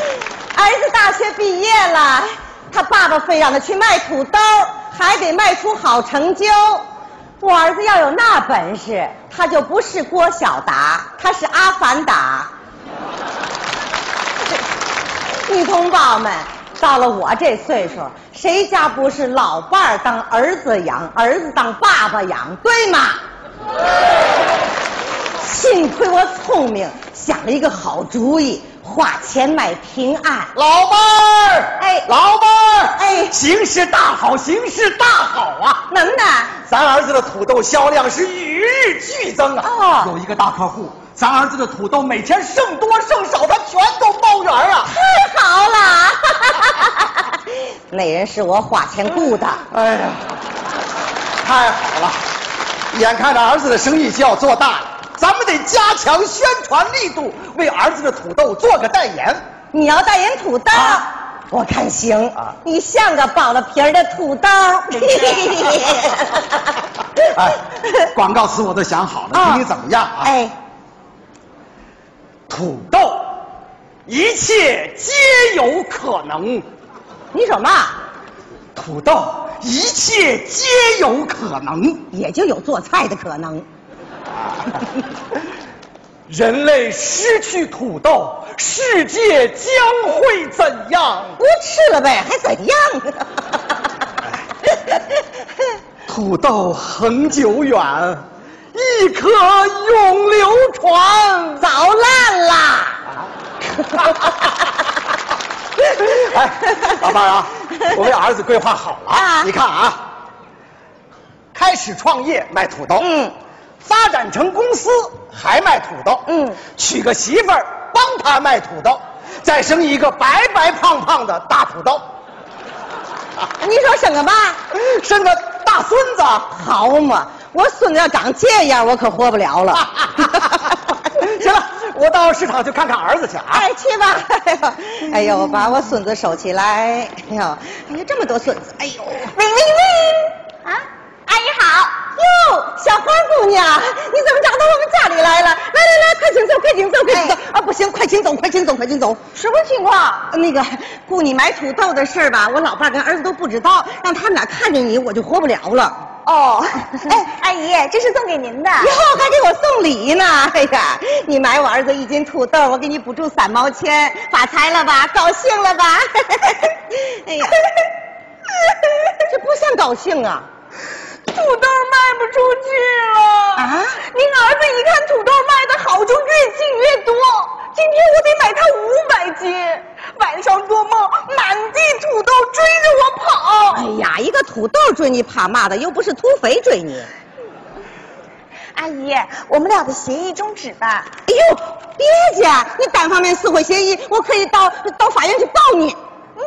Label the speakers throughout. Speaker 1: 儿子大学毕业了，他爸爸非让他去卖土豆，还得卖出好成就。我儿子要有那本事，他就不是郭晓达，他是阿凡达。女同胞们，到了我这岁数，谁家不是老伴儿当儿子养，儿子当爸爸养，对吗？幸亏我聪明，想了一个好主意，花钱买平安。
Speaker 2: 老伴儿，
Speaker 1: 哎
Speaker 2: 老伴儿，
Speaker 1: 哎
Speaker 2: 形势大好，形势大好啊！
Speaker 1: 能耐。
Speaker 2: 咱儿子的土豆销量是与日俱增啊！
Speaker 1: 哦
Speaker 2: 有一个大客户，咱儿子的土豆每天剩多剩少，他全都包圆儿啊！
Speaker 1: 太好了！ 那人是我花钱雇的，
Speaker 2: 哎呀，太好了！眼看着儿子的生意就要做大了，咱们得加强宣传力度，为儿子的土豆做个代言。
Speaker 1: 你要代言土豆，
Speaker 2: 啊
Speaker 1: 我看行。
Speaker 2: 啊
Speaker 1: 你像个剥了皮儿的土 豆。
Speaker 2: 哎，广告词我都想好了，
Speaker 1: 啊
Speaker 2: 你怎么样啊？
Speaker 1: 哎，
Speaker 2: 土豆，一切皆有可能。
Speaker 1: 你什么？
Speaker 2: 土豆，一切皆有可能。
Speaker 1: 也就有做菜的可能。
Speaker 2: 人类失去土豆，世界将会怎样？
Speaker 1: 不吃了呗，还怎样？
Speaker 2: 土豆恒久远，一颗永流传。
Speaker 1: 早烂啦！
Speaker 2: 哎，老伴 儿啊，我为儿子规划好了啊，
Speaker 1: 啊
Speaker 2: 你看啊，开始创业卖土豆，
Speaker 1: 嗯，
Speaker 2: 发展成公司还卖土豆，
Speaker 1: 嗯，
Speaker 2: 娶个媳妇儿帮他卖土豆，再生一个白白胖胖的大土豆，
Speaker 1: 你说省个 嘛？
Speaker 2: 生个大 孙子。
Speaker 1: 好嘛，我孙子要长这样，我可活不了 了。
Speaker 2: 行了，我到市场去看看儿子去啊。
Speaker 1: 哎，去吧！哎呦，哎呦，把我孙子收起来！哎呦，哎呀，这么多孙子！哎呦，喂喂喂！啊，阿姨好！哟，小花姑娘，你怎么长到我们家里来了？来来来，快请坐，快请坐，快请坐！啊，不行，快请走，快请走，快请走！什么情况？那个雇你买土豆的事儿吧，我老伴儿跟儿子都不知道，让他们俩看见你，我就活不了了。
Speaker 3: 哦，哎，阿姨，这是送给您的。
Speaker 1: 哟，还给我送礼呢！ 哎呀，你买我儿子一斤土豆，我给你补助三毛钱，发财了吧？高兴了吧？ 哎呀，这不算高兴啊！
Speaker 3: 土豆卖不出去了
Speaker 1: 啊
Speaker 3: 您儿子一看土豆卖的好，就越进越多。今天我得买他五百斤。晚上做梦，满地土豆追着我跑。
Speaker 1: 哎呀，一个土豆追你怕嘛的，又不是土匪追你。
Speaker 3: 阿姨，我们俩的协议终止吧。
Speaker 1: 哎呦，别介，你单方面撕毁协议，我可以到到法院去告你。
Speaker 3: 你，嗯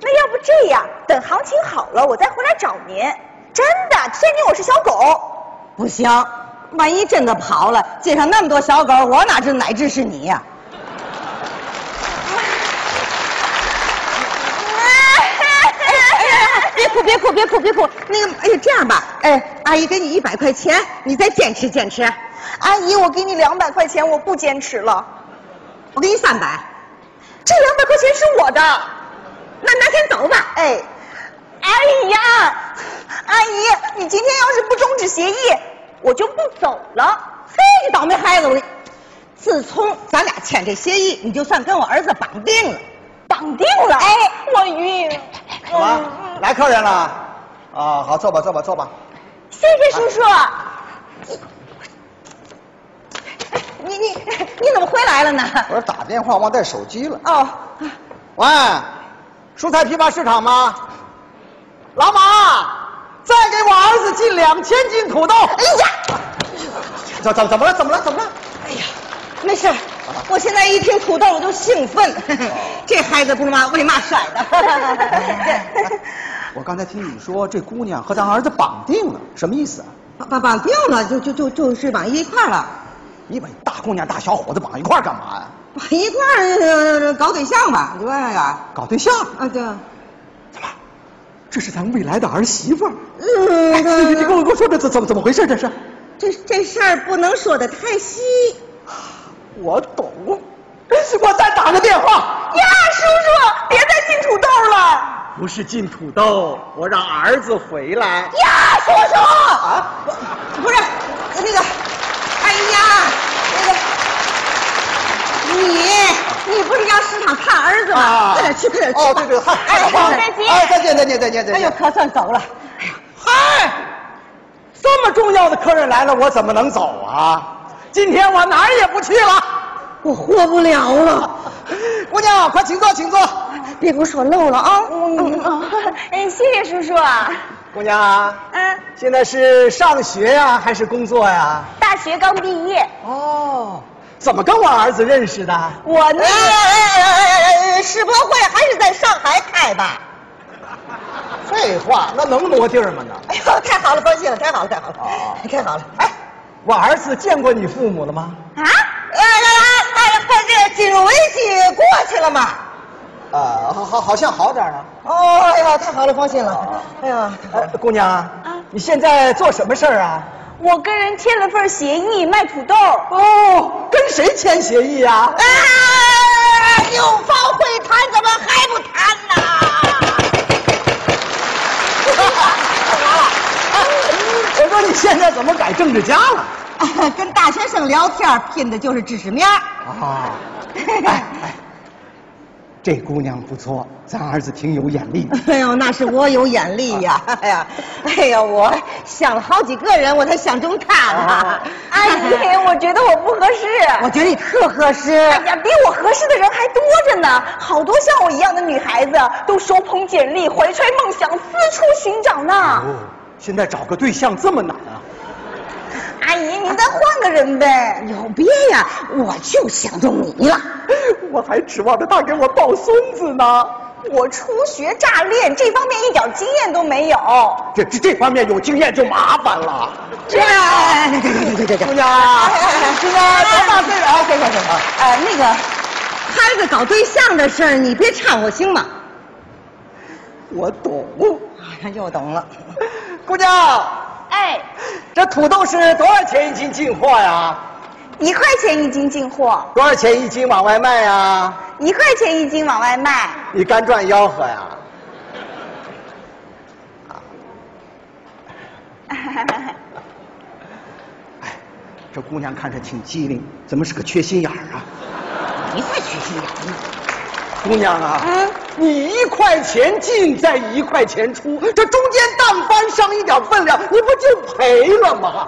Speaker 3: 那要不这样，等行情好了，我再回来找您。真的，最近我是小狗。
Speaker 1: 不行，万一真的跑了，街上那么多小狗，我哪知哪只是你呀、 别哭，别哭，别哭，别哭。那个，哎呀，这样吧，哎，阿姨给你一百块钱，你再坚持坚持。
Speaker 3: 阿姨，我给你两百块钱，我不坚持了。
Speaker 1: 我给你三百，
Speaker 3: 这两百块钱是我的。
Speaker 1: 那拿钱走吧。
Speaker 3: 哎，阿姨呀，阿姨，你今天要是不终止协议，我就不走了。
Speaker 1: 嘿，这倒霉孩子，我自从咱俩签这协议，你就算跟我儿子绑定了。
Speaker 3: 绑定了。哎，我晕。
Speaker 1: 哎
Speaker 2: 怎
Speaker 1: 嗯
Speaker 2: 么来客人了？啊，好，坐吧，坐吧，坐吧。
Speaker 3: 谢谢叔叔。
Speaker 1: 啊你你你怎么回来了呢？
Speaker 2: 我这打电话忘带手机了。
Speaker 1: 哦，
Speaker 2: 喂，蔬菜批发市场吗？老马，再给我儿子进两千斤土豆。
Speaker 1: 哎呀。
Speaker 2: 怎怎怎么了？怎么了？怎么了？
Speaker 1: 哎呀，没事儿，我现在一听土豆我就兴奋， 这孩子不知道为嘛摔 的。
Speaker 2: 我刚才听你说这姑娘和咱儿子绑定了，什么意思啊？
Speaker 1: 绑绑绑定了，就就就就是绑一块儿了，
Speaker 2: 你把大姑娘、大小伙子绑一块儿干嘛呀、
Speaker 1: 绑一块儿、呃搞对象吧，对呀，
Speaker 2: 搞对象？
Speaker 1: 啊对，
Speaker 2: 怎么？这是咱未来的儿媳妇儿。哎你你
Speaker 1: 嗯，
Speaker 2: 你跟我跟我说这怎怎么怎么回事？这是？
Speaker 1: 这这事儿不能说的太细。
Speaker 2: 我懂，我再打个电话。
Speaker 3: 呀，叔叔，别再进土豆了。
Speaker 2: 不是进土豆，我让儿子回来。
Speaker 1: 呀，叔叔
Speaker 2: 啊，
Speaker 1: 不是那个，哎呀，那个，你你不是要市场看儿子吗？快点去，快点去吧。
Speaker 2: 哦，对对，嗨，
Speaker 1: 哎，
Speaker 2: 好吧
Speaker 1: 再见。
Speaker 2: 哎，再见，再见，再见，再
Speaker 1: 哎呦，
Speaker 2: 见。
Speaker 1: 可算走了。哎
Speaker 2: 嗨，这么重要的客人来了，我怎么能走啊？今天我哪儿也不去了。
Speaker 1: 我活不了了，
Speaker 2: 姑娘，快请坐，请坐。
Speaker 1: 别给我说漏了啊！
Speaker 3: 嗯，哦，哎，谢谢叔叔啊。
Speaker 2: 姑娘，
Speaker 3: 嗯，
Speaker 2: 现在是上学呀、还是工作呀、
Speaker 3: 大学刚毕业，
Speaker 2: 哦，怎么跟我儿子认识的？
Speaker 3: 我呢
Speaker 1: 哎，哎哎哎哎，世博会还是在上海开吧？
Speaker 2: 废话，那能挪地儿吗？那
Speaker 1: 哎呦，太好了，高兴了，太好了，太好了，
Speaker 2: 哦
Speaker 1: 太好了！哎，
Speaker 2: 我儿子见过你父母了吗？
Speaker 1: 啊，哎
Speaker 3: 嗯
Speaker 1: 哎哎，快这金融危机过去了嘛？
Speaker 2: 呃，好好好像好点了。
Speaker 1: 哦，哎呀，太好了，放心了
Speaker 2: 哦。
Speaker 1: 哎呀，
Speaker 2: 呃，姑娘，你现在做什么事儿啊？
Speaker 3: 我跟人签了份协议卖土 豆。
Speaker 2: 哦，跟谁签协议 啊？
Speaker 1: 哎，又包会谈，怎么还不谈呢？
Speaker 2: 我说你现在怎么改政治家了？
Speaker 1: 跟大学生聊天拼的就是知识面儿。
Speaker 2: 啊，哎哎，这姑娘不错，咱儿子挺有眼力的。
Speaker 1: 哎呦，那是我有眼力呀！哎呀，哎呀，我想了好几个人，我才想中他了。
Speaker 3: 阿姨，哎我觉得我不合适。啊
Speaker 1: 我觉得你特合适。
Speaker 2: 啊
Speaker 3: 哎呀，比我合适的人还多着呢，好多像我一样的女孩子都手捧简历，怀揣梦想，四处寻找呢。
Speaker 2: 哦，现在找个对象这么难啊？
Speaker 3: 阿姨，您再换个人呗。
Speaker 1: 有别呀，我就想中你了。
Speaker 2: 我还指望着他给我抱孙子呢。
Speaker 3: 我初学乍练，这方面一点经验都没有。
Speaker 2: 这这这方面有经验就麻烦了。
Speaker 1: 这，对对对对对
Speaker 2: 姑娘啊，
Speaker 1: 哎哎哎
Speaker 2: 姑娘多大岁数啊？快快快快！
Speaker 1: 呃，那个，孩子搞对象的事儿，你别掺和行吗？
Speaker 2: 我懂。
Speaker 1: 啊，又懂了。
Speaker 2: 姑娘，
Speaker 3: 哎，
Speaker 2: 这土豆是多少钱一斤进货呀？
Speaker 3: 一块钱一斤进货，
Speaker 2: 多少钱一斤往外卖呀？
Speaker 3: 一块钱一斤往外卖。
Speaker 2: 你干赚吆喝呀？哎，这姑娘看着挺机灵，怎么是个缺心眼儿啊？
Speaker 1: 你才缺心眼呢。
Speaker 2: 姑娘啊，
Speaker 1: 嗯
Speaker 2: 你一块钱进，再一块钱出，这中间但凡上一点分量，你不就赔了吗？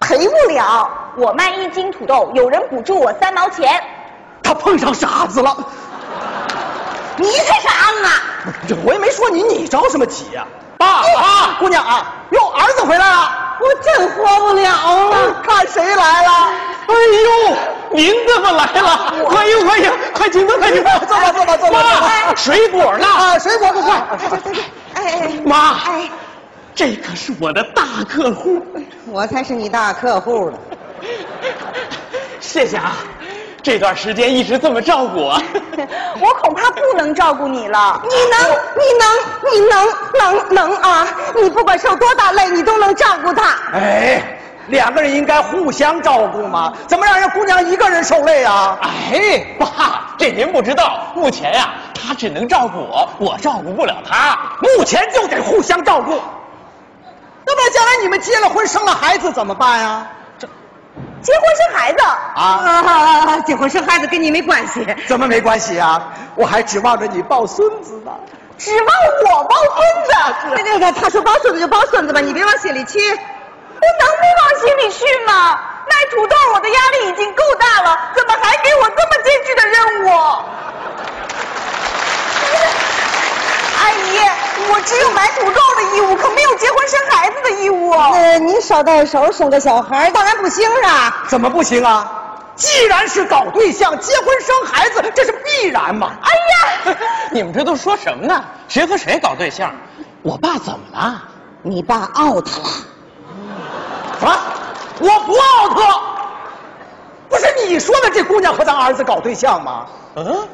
Speaker 3: 赔不了，我卖一斤土豆，有人补助我三毛钱。
Speaker 2: 他碰上傻子了，
Speaker 1: 你才是安啊！
Speaker 2: 这我也没说你，你着什么急呀、爸啊，姑娘啊，哟，儿子回来了，嗯
Speaker 1: 我真活不了了。
Speaker 2: 看谁来了？哎呦，您怎么来了？快呦快呦，快请坐，快请坐，哎坐吧坐吧坐吧。
Speaker 1: 妈
Speaker 2: 水果呢？啊，水果不快。
Speaker 1: 哎哎
Speaker 4: 妈，
Speaker 1: 哎，
Speaker 4: 这可是我的大客户，
Speaker 1: 我才是你大客户呢。
Speaker 4: 谢谢啊！这段时间一直这么照顾 我，
Speaker 3: 我恐怕不能照顾你了。
Speaker 1: 你能，你能，你能，能能啊！你不管受多大累，你都能照顾他。
Speaker 2: 哎，两个人应该互相照顾嘛，怎么让人姑娘一个人受累啊？
Speaker 4: 哎，爸，这您不知道，目前呀、他只能照顾我，我照顾不了他。
Speaker 2: 目前就得互相照顾，要不然将来你们结了婚生了孩子怎么办啊呀、
Speaker 3: 结婚生孩子，
Speaker 2: 啊，
Speaker 1: 啊，结婚生孩子跟你没关系。
Speaker 2: 怎么没关系啊？我还指望着你抱孙子呢。
Speaker 3: 指望我抱孙
Speaker 1: 那
Speaker 3: 子，
Speaker 1: 哎那个，他说抱孙子就抱孙子吧，你别往心里去。
Speaker 3: 我能不往心里去吗？卖土豆，我的压力已经够大了，怎么还给我这么艰巨的任务？阿姨，哎我只有买土豆的义务，可没有结婚生孩子的义务。
Speaker 1: 呃，你捎带手生个小孩儿，当然不行啊。
Speaker 2: 怎么不行啊？既然是搞对象，结婚生孩子，这是必然嘛。
Speaker 3: 哎呀，
Speaker 4: 你们这都说什么呢？谁和谁搞对象？我爸怎么了？
Speaker 1: 你爸 out 了。
Speaker 2: 什么？我不奥特。不是你说的这姑娘和咱儿子搞对象吗？
Speaker 4: 嗯，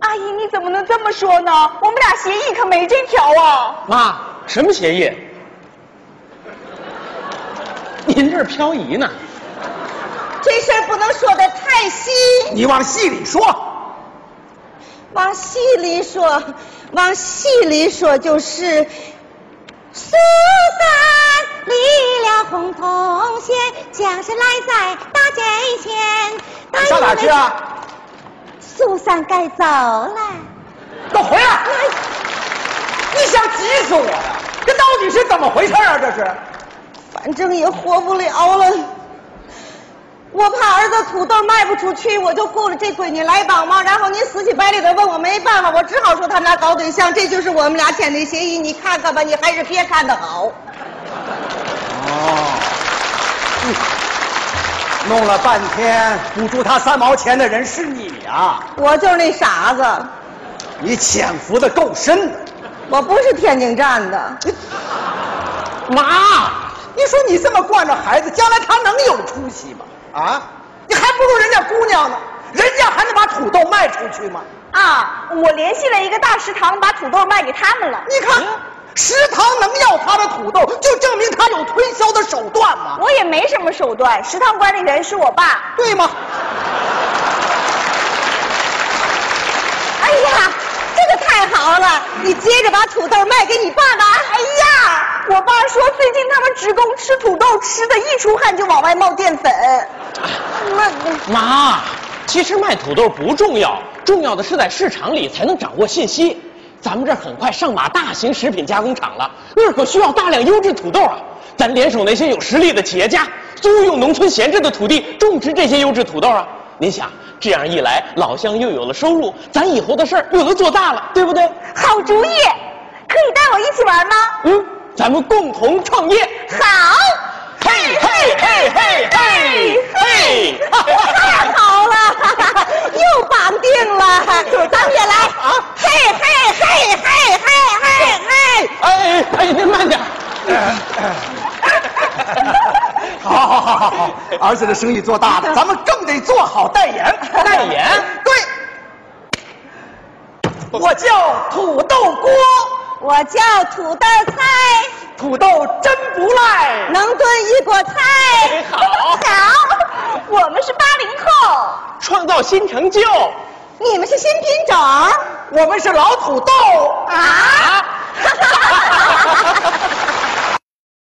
Speaker 3: 阿姨你怎么能这么说呢？我们俩协议可没这条啊。
Speaker 4: 妈，什么协议？您这是漂移呢？
Speaker 1: 这事儿不能说的太细。
Speaker 2: 你往细里说。
Speaker 1: 往细里说，往细里说就是。苏三离了红铜线，将士来在大街前。大
Speaker 2: 你上哪儿
Speaker 1: 街
Speaker 2: 去？啊？
Speaker 1: 苏三该走了。
Speaker 2: 给我回来！哎你想急死我呀！这到底是怎么回事啊？这是
Speaker 1: 反正也活不了了。我怕儿子土豆卖不出去，我就雇了这闺女来帮忙。然后您死乞白赖的问我没办法，我只好说他们俩搞对象，这就是我们俩签的协议。你看看吧，你还是别看的好。
Speaker 2: 哦嗯弄了半天补助他三毛钱的人是你啊！
Speaker 1: 我就是那傻子，
Speaker 2: 你潜伏的够深的。
Speaker 1: 我不是天津站的。
Speaker 4: 妈，
Speaker 2: 你说你这么惯着孩子，将来他能有出息吗？啊，你还不如人家姑娘呢，人家还能把土豆卖出去吗？
Speaker 3: 啊，我联系了一个大食堂，把土豆卖给他们了。
Speaker 2: 你看，食堂能要他的土豆，就证明他有推销的手段嘛，
Speaker 3: 我也没什么手段，食堂管理员是我爸。
Speaker 2: 对吗？
Speaker 1: 哎呀，这个太好了！你接着把土豆卖给你爸爸。
Speaker 3: 哎呀，我爸说最近他们职工吃土豆吃的一出汗就往外冒淀粉。那
Speaker 4: 妈，其实卖土豆不重要，重要的是在市场里才能掌握信息。咱们这儿很快上马大型食品加工厂了，那儿可需要大量优质土豆啊！咱联手那些有实力的企业家，租用农村闲置的土地，种植这些优质土豆啊！您想，这样一来，老乡又有了收入，咱以后的事儿又能做大了，对不对？
Speaker 3: 好主意，可以带我一起玩吗？
Speaker 4: 嗯，咱们共同创业。
Speaker 3: 好，
Speaker 4: 嘿嘿嘿嘿嘿嘿！
Speaker 1: 太好了，又绑定了，咱们也来啊！嘿嘿嘿嘿嘿嘿嘿！
Speaker 4: 哎哎，您慢点儿。
Speaker 2: 好好好好好， 儿子的生意做大了，咱们更得做好代言。
Speaker 4: 代言
Speaker 2: 对，我叫土豆锅，
Speaker 1: 我叫土豆菜，
Speaker 2: 土豆真不赖。
Speaker 1: 能炖一锅菜。
Speaker 4: 好，
Speaker 3: 好，我们是八零后。
Speaker 4: 创造新成就。
Speaker 1: 你们是新品种
Speaker 2: 我们是老土豆。
Speaker 1: 啊？